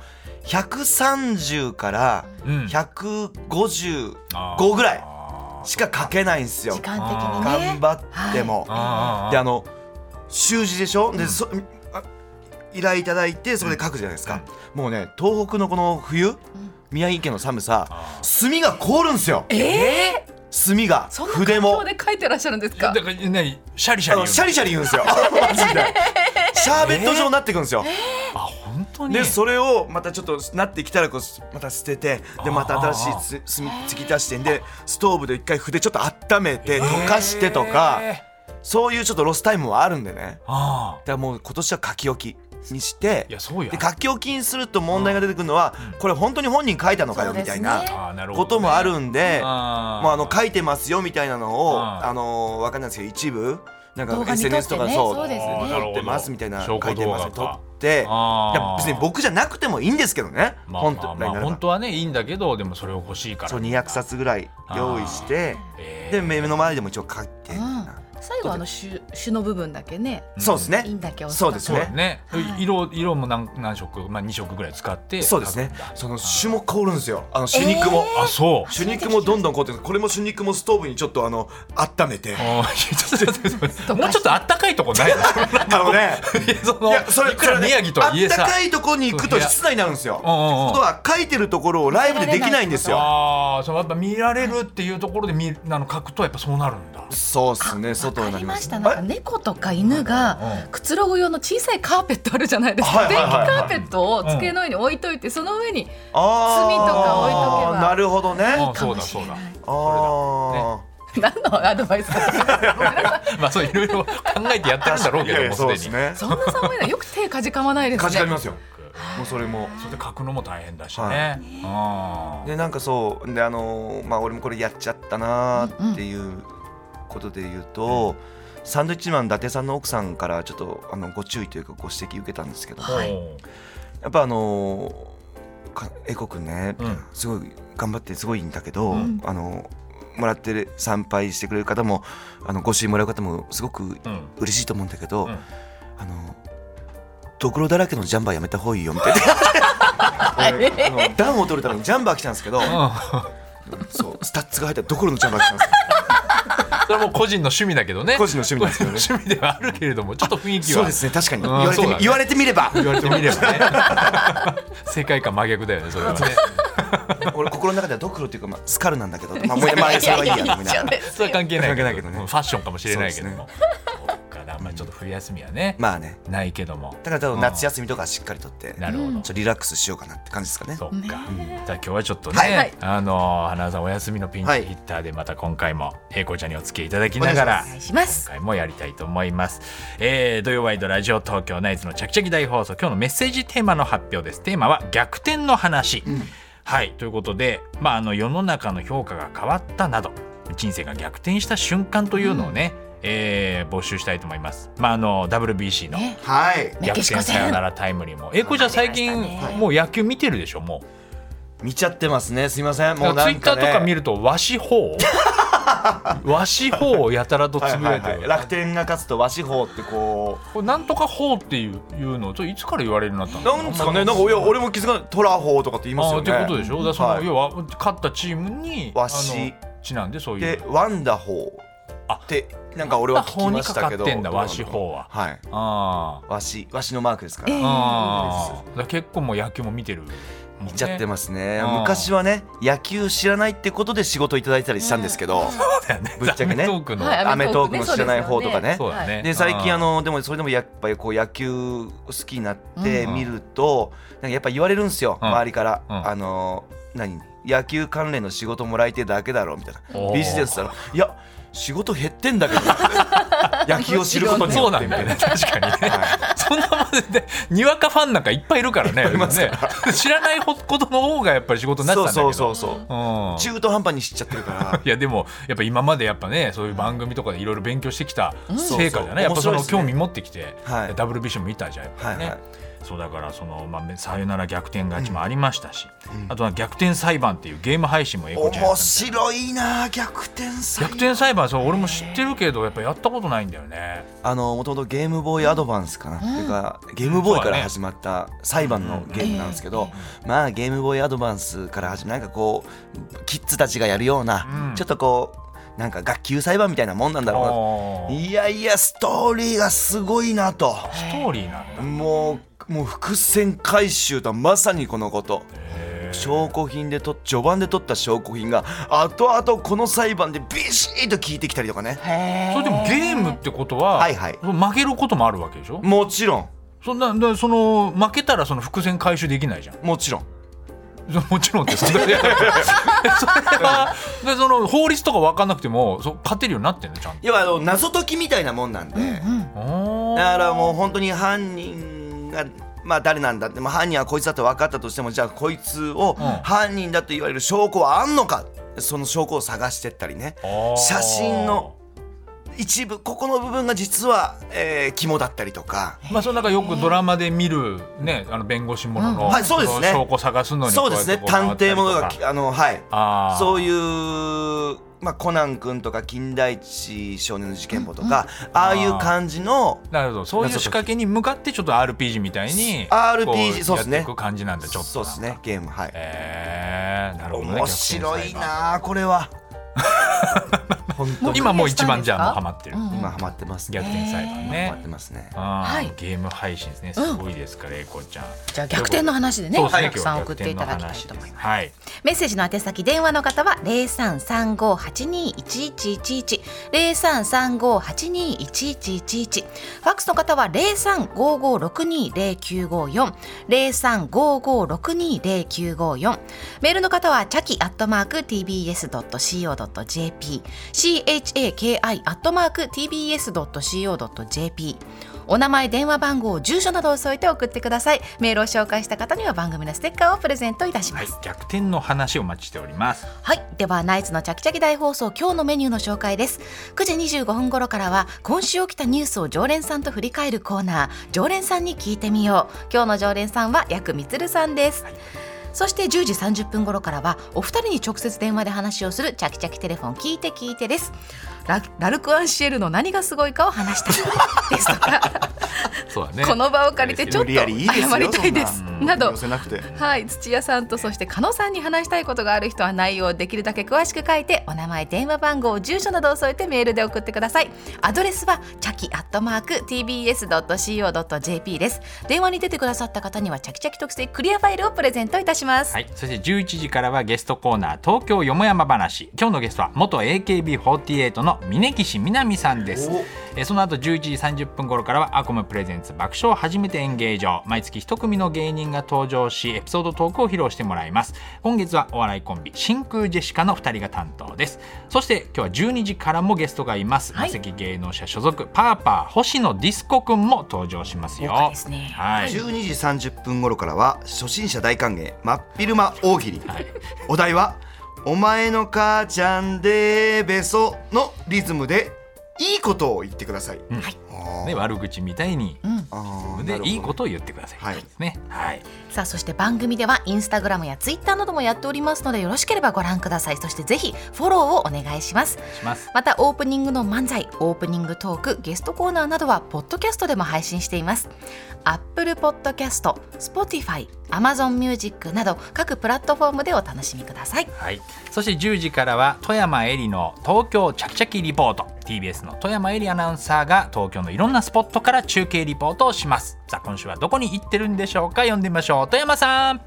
Speaker 2: 130から
Speaker 1: うん
Speaker 2: 155
Speaker 1: あー
Speaker 2: ぐらい
Speaker 1: あー
Speaker 2: しか書けないんですよ
Speaker 3: 時間的にね
Speaker 2: 頑張っても。
Speaker 1: あー
Speaker 2: であの習字でしょ、でそあ依頼いただいてそれで書くじゃないですか、もうね東北のこの冬、宮城県の寒さ
Speaker 1: あ
Speaker 2: 炭が凍るんですよ
Speaker 3: ええ
Speaker 2: 炭が
Speaker 3: そんな
Speaker 2: 筆も
Speaker 3: 環境で書いてらっしゃるんですか
Speaker 1: だからねシャリシャ
Speaker 2: あ
Speaker 1: リ
Speaker 2: のシャ
Speaker 1: リ
Speaker 2: リシャリ言うんですよマジでシャーベット状になってくんですよ、
Speaker 1: あ本当に
Speaker 2: でそれをまたちょっとなってきたらこうまた捨ててでまた新し
Speaker 1: あー
Speaker 2: いつ炭突き足してんでストーブで一回筆ちょっと温めて溶かしてとか、
Speaker 1: えー
Speaker 2: そういうちょっとロスタイムはあるんでね
Speaker 1: あ
Speaker 2: だからもう今年は書き置きにして
Speaker 1: いやそうや
Speaker 2: で書き置きにすると問題が出てくるのは、これ本当に本人書いたのかよみたい
Speaker 3: そう
Speaker 2: な
Speaker 3: ですね
Speaker 1: あーなるほどね
Speaker 2: こともあるんで、
Speaker 1: あー
Speaker 2: まあ、あの書いてますよみたいなのを、
Speaker 1: あー
Speaker 2: あの分かんないですけど一部なん
Speaker 3: 動
Speaker 2: か
Speaker 3: 画に撮ってね
Speaker 2: SNS とかでそう
Speaker 3: そうですね
Speaker 1: あーなるほ
Speaker 2: 撮
Speaker 1: ど
Speaker 2: ってますみたいな書
Speaker 1: 証
Speaker 2: い
Speaker 1: 拠
Speaker 2: て
Speaker 1: 動
Speaker 2: ま
Speaker 1: 画
Speaker 2: す撮
Speaker 1: か
Speaker 2: ってい
Speaker 1: あー
Speaker 2: や別に僕じゃなくてもいいんですけどね、
Speaker 1: まあ
Speaker 2: 本
Speaker 1: まあ
Speaker 2: 当
Speaker 1: まあ本当はねいいんだけどでもそれを欲しいから
Speaker 2: そう200冊ぐらい用意して
Speaker 1: えー
Speaker 2: で目の前でも一応書いてみたいな、
Speaker 3: 最後あの主主の部分だけね
Speaker 1: うん
Speaker 2: そうです
Speaker 3: いい
Speaker 2: ね
Speaker 3: んだけ押す
Speaker 2: そうです
Speaker 1: そうだね、
Speaker 3: はい
Speaker 1: 色色も何何色まあ二色ぐらい使って
Speaker 2: そうです
Speaker 1: 書
Speaker 2: ね
Speaker 1: くんだ
Speaker 2: その種も凍るんですよあの種肉も、
Speaker 1: あそう
Speaker 2: 種肉もどんどん凍ってるこれも種肉もストーブにちょっとあの温めて
Speaker 1: あーいやちょっとちょっ ともうちょっとあったかいとこないの
Speaker 2: あのね
Speaker 1: いやその
Speaker 2: いやそれ
Speaker 1: いくら宮城とはいえ
Speaker 2: あ
Speaker 1: さ
Speaker 2: ったかいとこに行くと
Speaker 1: そう
Speaker 2: 室内になるんですよ。って
Speaker 1: うんうんうん
Speaker 2: ことは書いてるところをライブでできないんですよ。
Speaker 1: ああそうやっぱ見られるっていうところで見あの書くとやっぱそうなるんだ
Speaker 2: そうですね
Speaker 3: わ
Speaker 2: 外
Speaker 3: か
Speaker 2: にな
Speaker 3: り
Speaker 2: り
Speaker 3: ま
Speaker 2: ま
Speaker 3: し
Speaker 2: す。
Speaker 3: たなんか
Speaker 2: あ
Speaker 3: 猫とか犬が
Speaker 1: う
Speaker 3: くつろぐ用の小さいカーペットあるじゃないですか、
Speaker 2: はいはいはいはい
Speaker 3: 電気カーペットを机の上に置いといて、その上に
Speaker 2: あ
Speaker 3: 炭とか置いとけば
Speaker 2: なるほどね。
Speaker 1: うん
Speaker 2: あ
Speaker 1: そ
Speaker 3: か
Speaker 1: う
Speaker 3: も
Speaker 1: だ
Speaker 3: し
Speaker 1: そ
Speaker 3: れ
Speaker 1: う
Speaker 3: な
Speaker 1: だ
Speaker 3: い。
Speaker 2: あ
Speaker 3: 何のアドバイスだ
Speaker 1: まあそういろいろ考えてやってるんだろう
Speaker 2: ー。
Speaker 1: けどもす
Speaker 2: そう
Speaker 1: でに
Speaker 2: ですね。
Speaker 3: そんな寒いのよく手かじかまないですね
Speaker 2: かじかみますよ。もうそれも。
Speaker 1: それで書くのも大変だし
Speaker 2: は
Speaker 1: ね、あ
Speaker 2: でなんかそうであのーまあ俺もこれやっちゃったなーっていうことで言うと、サンドウィッチマン伊達さんの奥さんからちょっとあのご注意というかご指摘受けたんですけども
Speaker 1: あ、
Speaker 3: はい
Speaker 1: うん
Speaker 2: やっぱあのーか英子くんね、
Speaker 1: うん
Speaker 2: すごい頑張ってすごいんだけど、
Speaker 3: うん
Speaker 2: あのーもらってる参拝してくれる方もあのご支援もらう方もすごく
Speaker 1: うん
Speaker 2: 嬉しいと思うんだけど、
Speaker 1: うん
Speaker 2: あのードクロだらけのジャンバーやめた方がいいよみた いな俺あの暖を取るためにジャンバー着たんですけどそうスタッツが入ったドクロのジャンバー着たんですよ
Speaker 1: それも個人の趣味だけどね
Speaker 2: 個人の趣味なんですけどね
Speaker 1: 個人の趣味ではあるけれどもちょっと雰囲気
Speaker 2: そう
Speaker 1: は
Speaker 2: ですね確かに
Speaker 1: うん
Speaker 2: 言われて
Speaker 1: そ
Speaker 2: み、
Speaker 1: うだね
Speaker 2: 言われてみれば
Speaker 1: 言われてみればね世界観真逆だよねそれはね
Speaker 2: 俺心の中ではドクロっていうか、まあ、スカルなん だけど、まあ、もうまあそれはいいやと思いながら。
Speaker 1: それは関係ない
Speaker 2: 関係ないけどね
Speaker 1: うんファッションかもしれないけどもそっかだからまあちょっと冬休みはね
Speaker 2: まあね
Speaker 1: ないけども
Speaker 2: だから多分夏休みとかしっかりとって、
Speaker 1: な
Speaker 2: ちょ
Speaker 1: るほど、
Speaker 2: っとリラックスしようかなって感じですかね。
Speaker 1: そっか、
Speaker 3: ね
Speaker 1: じゃあ今日はちょっとね、
Speaker 2: はい
Speaker 3: はい
Speaker 1: あのー花輪さんお休みのピンチヒッターでまた今回も英子ちゃんにお付き合いいただきながら
Speaker 2: お
Speaker 3: 願いします
Speaker 1: 今回もやりたいと思います、えー、土曜ワイドラジオ東京ナイツのチャキチャキ大放送今日のメッセージテーマの発表ですテーマは逆転の話、はいということでまああの世の中の評価が変わったなど人生が逆転した瞬間というのをね、えー募集したいと思いますまああの WBC の
Speaker 3: ね
Speaker 2: はい。
Speaker 3: メ
Speaker 1: 逆
Speaker 3: キシコ
Speaker 1: 転
Speaker 3: 戦
Speaker 1: サヨナラタイムリーも英子ちゃん最近
Speaker 3: 頑張りましたね
Speaker 1: もう野球見てるでしょもう
Speaker 2: 見ちゃってますね。すいません。
Speaker 1: ツイ
Speaker 2: もうなん
Speaker 1: ッタ
Speaker 2: か、
Speaker 1: ー
Speaker 2: ね、
Speaker 1: とか見ると和紙 法和紙法をやたらと
Speaker 2: はい
Speaker 1: つぶや
Speaker 2: はいい
Speaker 1: て
Speaker 2: は
Speaker 1: る
Speaker 2: い。楽天が勝つと和紙法ってこ
Speaker 1: これなんとか法っていういうのをちょっといつから言われるようにな
Speaker 2: う。
Speaker 1: った
Speaker 2: なんですかね。なんかいや俺も気づかない。トラ法とかって言いま
Speaker 1: あ
Speaker 2: す
Speaker 1: あー
Speaker 2: よ
Speaker 1: っ
Speaker 2: ね。
Speaker 1: てことでしょだからその、
Speaker 2: はい
Speaker 1: 要は勝ったチームに
Speaker 2: 和紙
Speaker 1: あのちなんでそういう
Speaker 2: でワンダ法ってなんか俺は聞きましたけ
Speaker 1: 法にかか
Speaker 2: ど。
Speaker 1: ってんだ
Speaker 2: どうな
Speaker 1: 和
Speaker 2: の
Speaker 1: 紙法は
Speaker 2: はい。
Speaker 1: あー
Speaker 2: 和紙和紙のマークですから。
Speaker 3: ええ
Speaker 1: あーだから結構もう野球も見てるもんね
Speaker 2: 見ちゃってますね
Speaker 1: あー
Speaker 2: 昔はね野球知らないってことで仕事いただいてたりしたんですけど、
Speaker 1: そうだよね
Speaker 2: ぶっちゃけ
Speaker 1: ア
Speaker 2: ね
Speaker 1: メトーークの、
Speaker 3: はい
Speaker 2: アメトークの知らない方とかね
Speaker 1: そうだね、
Speaker 2: で最近あ
Speaker 1: ー
Speaker 2: のでもそれでもやっぱりこう野球好きになって
Speaker 1: うん
Speaker 2: 見ると、なんかやっぱ言われるんですよ、
Speaker 1: うん
Speaker 2: 周りから、
Speaker 1: うん
Speaker 2: あの何野球関連の仕事もらいてえだけだろみたい
Speaker 1: お
Speaker 2: な
Speaker 1: ー
Speaker 2: ビジネスだろいや仕事減ってんだけど 野球を知ることに
Speaker 1: そ
Speaker 2: よ
Speaker 1: う
Speaker 2: っ
Speaker 1: な
Speaker 2: て
Speaker 1: ん
Speaker 2: み
Speaker 1: だ
Speaker 2: たい
Speaker 1: よ
Speaker 2: な
Speaker 1: ね。確かにね、そんなまででにわかファンなんかいっぱいいるからね
Speaker 2: いますか
Speaker 1: ね知らないことの方がやっぱり仕事になって
Speaker 2: そ
Speaker 1: た
Speaker 2: うん
Speaker 1: だけど
Speaker 2: そうそうそう、
Speaker 1: うん
Speaker 2: 中途半端に知っちゃってる から
Speaker 1: いやでもやっぱ今までやっぱねそういう番組とかでいろいろ勉強してきた成果じゃない、やっぱそ
Speaker 2: そうそう面白い
Speaker 1: の
Speaker 2: ですね
Speaker 1: 興味持ってきて、
Speaker 2: はい
Speaker 1: WBC も見たじゃんやっぱりね、
Speaker 2: はいはい
Speaker 1: そうだからその、まあ、さよなら逆転勝ちもありましたし、あとは逆転裁判っていうゲーム配信も英語ちゃんやった
Speaker 2: 面
Speaker 1: んで
Speaker 2: 白いなあ逆転さ
Speaker 1: 逆転裁判そう俺も知ってるけどやっぱやったことないんだよね
Speaker 2: あのもともとゲームボーイアドバンスかな、っていうかゲームボーイから始まった裁判のゲームなんですけど、まあゲームボーイアドバンスから始まなんかこうキッズたちがやるような、
Speaker 1: うん
Speaker 2: ちょっとこうなんか学級裁判みたいなもんなんだろ
Speaker 1: お
Speaker 2: うな
Speaker 1: ー
Speaker 2: いやいやストーリーがすごいなと
Speaker 1: ストーリーなんだ
Speaker 2: もうもう伏線回収とはまさにこのこと証拠品でと序盤で取った証拠品が後々この裁判でビシッと聞いてきたりとかね
Speaker 1: それでもゲームってことは、
Speaker 2: はいはい
Speaker 1: 負けることもあるわけでしょ
Speaker 2: もちろん
Speaker 1: そんなだその負けたらその伏線回収できないじゃん
Speaker 2: もちろん
Speaker 1: そ もちろんってそれそれ はでその法律とか分かんなくてもそ勝てるようになってんのちゃんと
Speaker 2: 要はあの謎解きみたいなもんなんで、
Speaker 1: あー
Speaker 2: だからもう本当に犯人が、まあ、誰なんだって、まあ、犯人はこいつだと分かったとしてもじゃあこいつを
Speaker 1: うん
Speaker 2: 犯人だと言われる証拠はあんのかその証拠を探してったりね
Speaker 1: あー
Speaker 2: 写真の一部ここの部分が実は、えー肝だったりとか。
Speaker 1: まあその中よくドラマで見るねあの弁護士ものの、
Speaker 4: うん
Speaker 2: はいそうですね
Speaker 1: 証拠探すのに
Speaker 2: そうですね探偵ものがあのはい
Speaker 1: あ
Speaker 2: そう
Speaker 1: う
Speaker 2: いう、まあ、コナン君とか金田一少年の事件簿とか、ああいう感じの
Speaker 1: なるほどそういう仕掛けに向かってちょっと RPG みたいにこ
Speaker 2: RPG
Speaker 1: う
Speaker 2: そうですね
Speaker 1: やっていく感じなんだちょっと
Speaker 2: そうですねゲームはい、
Speaker 1: えー、なるほどね
Speaker 2: 面白いなあこれは本当に
Speaker 1: 今もう一番じゃあもうハマってる、
Speaker 4: うん
Speaker 2: 今ハマってますね
Speaker 1: 逆転裁判
Speaker 2: ハ
Speaker 1: ね
Speaker 2: マっ、てますね
Speaker 1: あー
Speaker 4: はい
Speaker 1: ゲーム配信ですねすごいですから、英孝ちゃん
Speaker 4: じゃあ逆転の話でね
Speaker 1: そうです
Speaker 4: たくさん
Speaker 1: 今日
Speaker 4: 送
Speaker 1: は
Speaker 4: っていただきたい
Speaker 1: 逆転の話
Speaker 4: と思い
Speaker 1: で
Speaker 4: ます
Speaker 1: すはい
Speaker 4: メッセージの宛先電話の方は零三三五八二一一一一零三三五八二一一一一。ファックスの方は零三五五六二零九五四零三五五六二零九五四。メールの方はチャキアットマーク tbs ドット co ドット jp c h a k i アットマーク tbs ドット co ドット jp。お名前、電話番号、住所などを添えて送ってください。メールを紹介した方には番組のステッカーをプレゼントいたしま
Speaker 1: は
Speaker 4: す
Speaker 1: い。、逆転の話をお待ちしております。
Speaker 4: はい、ではナイツのチャキチャキ大放送今日のメニューの紹介です。9時25分頃からは今週起きたニュースを常連さんと振り返るコーナー、常連さんに聞いてみよう。今日の常連さんはヤクミツルさんです。そして10時30分頃からはお二人に直接電話で話をするチャキチャキテレフォン聞いて聞いてです。ララルクアンシエルの何がすごいかを話したいですとか、
Speaker 1: そうだね。
Speaker 4: この場を借りてちょっ
Speaker 2: 無
Speaker 4: と
Speaker 2: 理やりいいですよ
Speaker 4: 謝りたいです
Speaker 2: そん
Speaker 4: など
Speaker 2: 寄せなくて
Speaker 4: はい、土屋さんとそして加野さんに話したいことがある人は内容をできるだけ詳しく書いてお名前電話番号住所などを添えてメールで送ってくださいアドレスはチャキアットマーク tbs.co.jp です電話に出てくださった方にはチャキチャキ特製クリアファイルをプレゼントいたします、
Speaker 1: はい、そして11時からはゲストコーナー東京よもやま話今日のゲストは元 AKB48 の峯岸みなみさんです
Speaker 2: お
Speaker 1: えーその後11時30分頃からはアコムプレゼンツ爆笑初めて演芸場毎月一組の芸人が登場しエピソードトークを披露してもらいます今月はお笑いコンビ真空ジェシカの2人が担当ですそして今日は12時からもゲストがいます
Speaker 4: はい
Speaker 1: マセキ芸能者所属パーパー星野ディスコくんも登場します
Speaker 4: 豪華
Speaker 1: よ
Speaker 4: ですね
Speaker 1: はい
Speaker 2: 12時30分頃からは初心者大歓迎真っ昼間大喜利、
Speaker 1: はい
Speaker 2: お題は「お前の母ちゃんでべそ」のリズムでいいことを言ってください、
Speaker 1: はい
Speaker 2: あー
Speaker 1: ね、悪口みたいに
Speaker 2: あーな
Speaker 1: で
Speaker 2: るほど
Speaker 1: いいことを言ってください。
Speaker 2: はい
Speaker 1: ですね。はい。
Speaker 4: さあそして番組ではインスタグラムやツイッターなどもやっておりますのでよろしければご覧くださいそしてぜひフォローをお願いします
Speaker 1: します。
Speaker 4: またオープニングの漫才オープニングトークゲストコーナーなどはポッドキャストでも配信しています Apple Podcast、Spotify、Amazon Music など各プラットフォームでお楽しみください
Speaker 1: はい。そして10時からは富山えりの東京チャキチャキリポート。TBS の富山えりアナウンサーが東京のいろんなスポットから中継リポートをします。さあ今週はどこに行ってるんでしょうか。読んでみましょう。富山さん。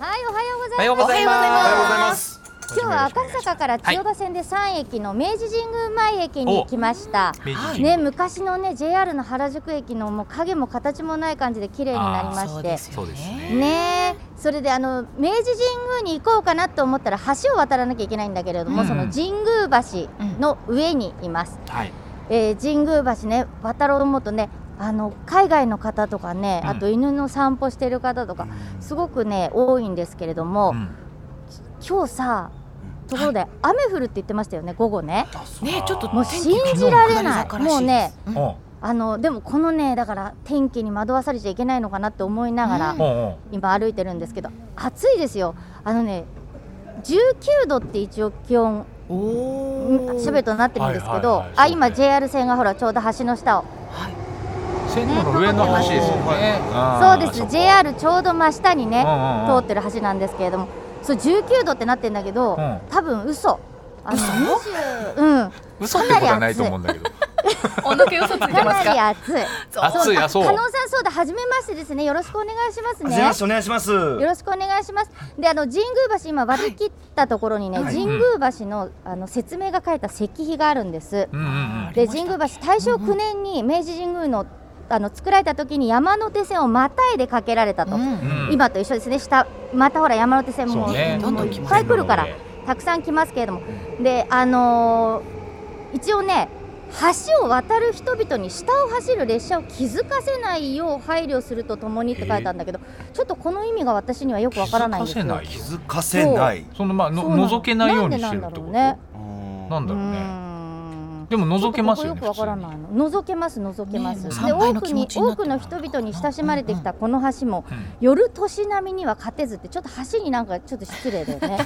Speaker 5: はい、おはようご
Speaker 1: お
Speaker 5: ざ
Speaker 1: はいよう
Speaker 5: ます。
Speaker 1: ございます。
Speaker 4: お
Speaker 2: おは
Speaker 4: は
Speaker 2: ようござい
Speaker 1: す。
Speaker 2: ます
Speaker 5: 今日は赤坂から千代田線で3駅の明治神宮前駅に来ました。
Speaker 1: 明治神宮
Speaker 5: ね、昔のね JR の原宿駅のもう影も形もない感じで綺麗になりま
Speaker 4: そ
Speaker 5: し
Speaker 4: うで
Speaker 5: て
Speaker 4: す
Speaker 1: そ
Speaker 4: よ
Speaker 1: うです
Speaker 4: ね
Speaker 1: ね。
Speaker 5: ねそれであの明治神宮に行こうかなと思ったら橋を渡らなきゃいけないんだけれども、
Speaker 1: うん
Speaker 5: その神宮橋の上にいます、
Speaker 1: はい。
Speaker 5: えー神宮橋ね渡ろうと思うとねあの海外の方とかね、
Speaker 1: うん
Speaker 5: あと犬の散歩してる方とかすごくね多いんですけれど
Speaker 1: う
Speaker 5: も、
Speaker 1: ん
Speaker 5: 今日さところで雨降るって言ってましたよね午後ね
Speaker 4: ねちょっと
Speaker 1: もう
Speaker 5: 信じられない
Speaker 4: 天気
Speaker 5: もうね
Speaker 4: うん
Speaker 1: おう
Speaker 5: あのでもこのねだから天気に惑わされちゃいけないのかなって思いながら、
Speaker 4: うん
Speaker 1: おうおう。
Speaker 5: 今歩いてるんですけど暑いですよあのね19度って一応気温
Speaker 4: おー
Speaker 5: しゃべとなってるんですけど、
Speaker 1: はいはいはい
Speaker 5: あ今
Speaker 1: そうですね
Speaker 5: JR 線がほらちょうど橋の下を
Speaker 4: はい
Speaker 1: 線路の上の話ですよね。
Speaker 5: そう
Speaker 1: あー
Speaker 5: です。JR ちょうど真下にね
Speaker 1: うんうんう
Speaker 5: 通
Speaker 1: ん
Speaker 5: ってる橋なんですけれどもそう19度ってなってんだけど、
Speaker 1: うん
Speaker 5: 多分嘘あの20うん
Speaker 1: 嘘ってことはないと思うんだけど。
Speaker 4: おのけ嘘ついて
Speaker 5: か
Speaker 4: ます
Speaker 5: なり
Speaker 4: か
Speaker 5: 暑い。
Speaker 1: 暑いあそう
Speaker 5: 加納さんそうだ初めましてですね。よろしくお願いします
Speaker 2: はじめま
Speaker 5: ね
Speaker 2: し。てお願いします
Speaker 5: よろしくお願いします。で、あの神宮橋今割り切ったところにね、
Speaker 2: はい
Speaker 5: 神宮橋のあの説明が書いた石碑があるんです。
Speaker 1: うんうんうん。
Speaker 5: で、神宮橋大正9年に明治神宮のあの作られた時に山手線をまたいで架けられたと。
Speaker 1: うん
Speaker 5: 今と一緒ですね。下またほら山手線
Speaker 1: そ
Speaker 5: も
Speaker 1: うね
Speaker 5: もうい
Speaker 4: どんどん来
Speaker 5: っ
Speaker 4: ます
Speaker 5: ぱい来るからたくさん来ますけれども、で、あのー一応ね。橋を渡る人々に下を走る列車を気づかせないよう配慮するとともにって書いたんだけど、ちょっとこの意味が私にはよくわからないんですよ。
Speaker 1: 気づかせな
Speaker 2: 気づかせない
Speaker 1: そのまあの
Speaker 5: そうなの
Speaker 1: 覗けないようにしてるってこと
Speaker 5: なんで
Speaker 1: なんだ
Speaker 5: う
Speaker 1: ろ
Speaker 5: ー
Speaker 1: うね
Speaker 5: ん
Speaker 1: でも覗けますよね
Speaker 5: ちょっとここよくわからないの。覗けます、覗けます。
Speaker 3: ねえ
Speaker 5: で、
Speaker 3: 参拝
Speaker 5: 多
Speaker 3: の
Speaker 5: く
Speaker 3: 気持
Speaker 5: に、
Speaker 3: ちになっ
Speaker 5: 多
Speaker 3: て
Speaker 5: く
Speaker 3: るの
Speaker 5: の
Speaker 3: かな
Speaker 5: 人々に親しまれてきたこの橋も。
Speaker 1: 普通に
Speaker 5: 夜年並みには勝てずって、ちょっと橋になんか、ちょっと失礼だよね。な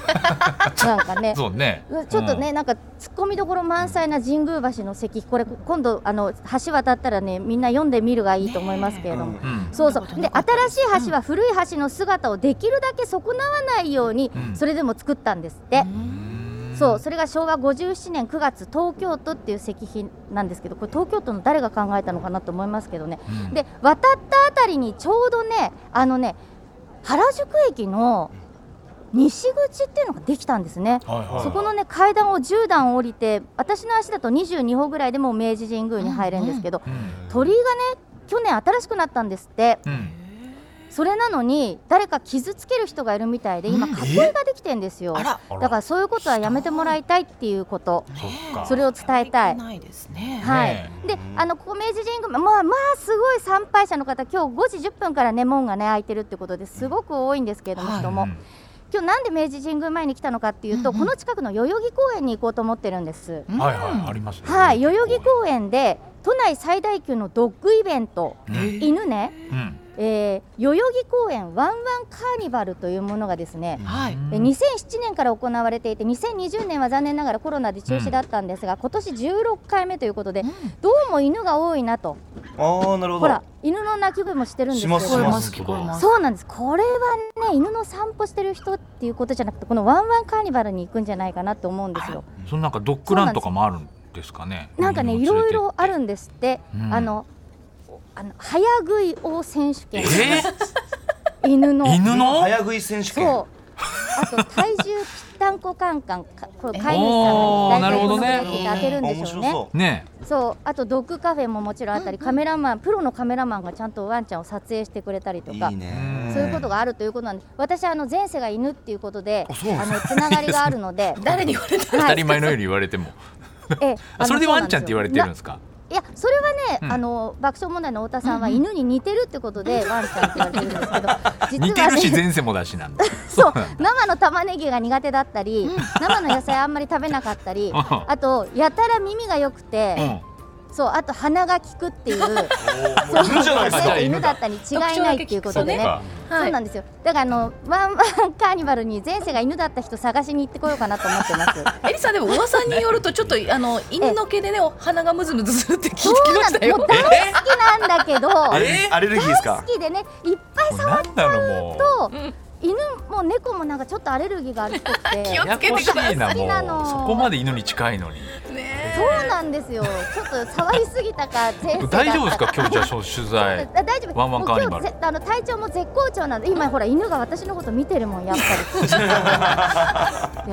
Speaker 5: んか
Speaker 1: う
Speaker 5: ね
Speaker 1: ん、。そうね
Speaker 5: うわちょっとね、なんか突っ込みどころ満載な神宮橋の石碑これ今度あの橋渡ったらねみんな読んでみるがいいと思いますけれども、
Speaker 1: うん、うん
Speaker 5: そうそう
Speaker 3: そん
Speaker 5: で
Speaker 3: なことなかった
Speaker 5: 新しい橋は古い橋の姿をできるだけ損なわないように、
Speaker 1: うん
Speaker 5: それでも作ったんですっ
Speaker 1: う
Speaker 5: て、
Speaker 1: ん
Speaker 5: そうそれが昭和57年9月東京都っていう石碑なんですけどこれ東京都の誰が考えたのかなと思いますけどね
Speaker 1: うん
Speaker 5: で渡ったあたりにちょうどねあのね原宿駅の西口っていうのができたんですね。
Speaker 1: はいはいはい
Speaker 5: そこのね階段を10段降りて私の足だと22歩ぐらいでもう明治神宮に入れるんですけど、
Speaker 1: うん
Speaker 5: 鳥居がね去年新しくなったんですって
Speaker 1: うん
Speaker 5: それなのに誰か傷つける人がいるみたいで今囲いができてんですよ、
Speaker 3: あら、
Speaker 1: あ
Speaker 5: だからそういうことはやめてもらいたいっていうこと
Speaker 1: そっか
Speaker 5: それを伝えたい
Speaker 3: ないですね。
Speaker 5: はい
Speaker 1: ね、
Speaker 5: であのここ明治神宮まあまあすごい参拝者の方今日5時10分からね門がね開いてるってことですごく多いんですけれども
Speaker 3: はい
Speaker 5: 人
Speaker 1: う
Speaker 5: も、
Speaker 1: ん
Speaker 5: 今日なんで明治神宮前に来たのかっていうと、
Speaker 3: うんうん
Speaker 5: この近くの代々木公園に行こうと思ってるんです
Speaker 3: うん
Speaker 1: はいはいありますね
Speaker 5: はい、代々木公園で都内最大級のドッグイベント、
Speaker 1: うん
Speaker 5: 犬ね、
Speaker 1: うん
Speaker 5: えー代々木公園ワンワンカーニバルというものがですね、
Speaker 3: はい。
Speaker 5: えー2007年から行われていて、2020年は残念ながらコロナで中止だったんですが、今年16回目ということで、どうも犬が多いなと、
Speaker 2: ああなるほど
Speaker 5: ほら、犬の鳴き声もしてるんですけど、
Speaker 2: し
Speaker 3: 聞こえます
Speaker 1: します
Speaker 3: 聞こえます。
Speaker 5: そうなんです、これはね、犬の散歩してる人っていうことじゃなくて、このワンワンカーニバルに行くんじゃないかなと思うんですよ。
Speaker 1: そのなんかドッグランとかもあるんですかね
Speaker 5: なんかね、い
Speaker 1: 犬を連
Speaker 5: ろ
Speaker 1: れ
Speaker 5: い
Speaker 1: て
Speaker 5: ろあるんですって、
Speaker 1: うん
Speaker 5: あの、あの早食い王選手権、
Speaker 1: え
Speaker 5: 犬の。
Speaker 1: ー犬の
Speaker 2: 早食い選手権
Speaker 5: そう。あと体重ぴったんこカンカン、かこれ飼い主
Speaker 1: お
Speaker 5: さ
Speaker 1: ー
Speaker 5: んが大体この
Speaker 1: なる
Speaker 5: やっ
Speaker 1: ほ
Speaker 5: て当てるんで
Speaker 2: 面
Speaker 5: しょう
Speaker 2: 白
Speaker 5: ね。
Speaker 2: そう
Speaker 1: ね
Speaker 5: そう、あとドッグカフェももちろんあったり、カメラマン、プロのカメラマンがちゃんとワンちゃんを撮影してくれたりとか。
Speaker 2: いい
Speaker 1: うん
Speaker 2: ね
Speaker 5: そういうことがあるということなんで、私あの前世が犬っていうことで、
Speaker 2: あそうなん
Speaker 5: あ
Speaker 2: で
Speaker 5: のつながりがあるので。
Speaker 3: 誰に言われた
Speaker 1: 当
Speaker 5: は
Speaker 1: た
Speaker 5: い
Speaker 1: り前の ように言われても
Speaker 5: ええ
Speaker 1: あ
Speaker 5: あの
Speaker 1: それでワンちゃんって言われてるん
Speaker 5: な
Speaker 1: ですか
Speaker 5: いや、それはね、
Speaker 1: うん
Speaker 5: あの爆笑問題の太田さんは犬に似てるってこと で、ワンちゃんって言われてるんですけど。
Speaker 1: 似
Speaker 5: 実
Speaker 1: て
Speaker 5: は
Speaker 1: るし
Speaker 5: ね、
Speaker 1: 前世もだしなんだ
Speaker 5: そう生の玉ねぎが苦手だったり、生の野菜あんまり食べなかったり
Speaker 1: うん
Speaker 5: あとやたら耳が良くて、
Speaker 1: うん
Speaker 5: そうあと鼻が利くって いう
Speaker 2: おーもう犬じゃないです
Speaker 1: じゃあ
Speaker 2: か
Speaker 5: そう
Speaker 1: 犬
Speaker 5: 犬だったに違いないっていうことでね
Speaker 1: そっか
Speaker 5: そうなんですよだからあのワンワンカーニバルに前世が犬だった人探しに行ってこようかなと思って ます。
Speaker 3: エリさんでも噂によるとちょっとあの犬の毛でねお鼻がムズムズするって聞いてきました
Speaker 5: も
Speaker 3: よ
Speaker 5: う。大好きなんだけど
Speaker 2: ア
Speaker 5: 大
Speaker 2: レアレルギーですか
Speaker 5: 好きでねいっぱい
Speaker 1: もうなんだろうも
Speaker 5: と
Speaker 3: ん
Speaker 5: 犬も猫もなんかちょっとアレルギーがあるっぽく て
Speaker 3: 気
Speaker 1: う
Speaker 3: を
Speaker 1: ややこしいな
Speaker 5: 好きなの
Speaker 1: もうそこまで犬に近いのに
Speaker 3: ね
Speaker 5: そうなんですよちょっと触りすぎたか前世だった
Speaker 1: 大丈夫ですか今日じゃあそう取材
Speaker 5: あ大丈夫
Speaker 1: ワンワンカーニバル
Speaker 5: もう今日ぜあの体調も絶好調なんで今ほら犬が私のこと見てるもんやっぱ り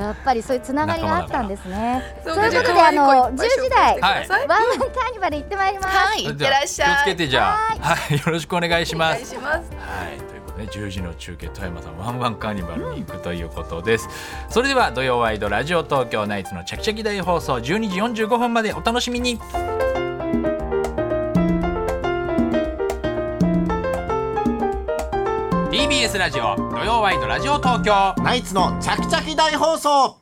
Speaker 5: やっぱりそういうつながりがあったんですね
Speaker 3: 仲間だか
Speaker 5: そうい
Speaker 3: ら
Speaker 5: うことであ
Speaker 3: そう
Speaker 5: の
Speaker 3: かじゃ
Speaker 5: 10
Speaker 3: あ
Speaker 5: 時台
Speaker 1: 可
Speaker 5: ワ
Speaker 1: 愛い
Speaker 5: ン
Speaker 1: 子いっぱい紹介してくださ
Speaker 5: ワンカーニバル行ってまいります
Speaker 3: はい、いってらっし
Speaker 1: じあ
Speaker 3: ゃい。
Speaker 1: 気をつけてじゃあ
Speaker 5: は
Speaker 1: はいよろしくお願いし
Speaker 3: お
Speaker 1: ま
Speaker 3: 願い
Speaker 1: す
Speaker 3: しま
Speaker 1: は
Speaker 3: す。
Speaker 1: い、ということで10時の中継富山さんワンワンカーニバルに行くということです、それでは土曜ワイドラジオ東京ナイツのチャキチャキ大放送12時45分までお楽しみに「TBS ラジオ土曜ワイドラジオ東京」
Speaker 6: ナイツのチャキチャキ大放送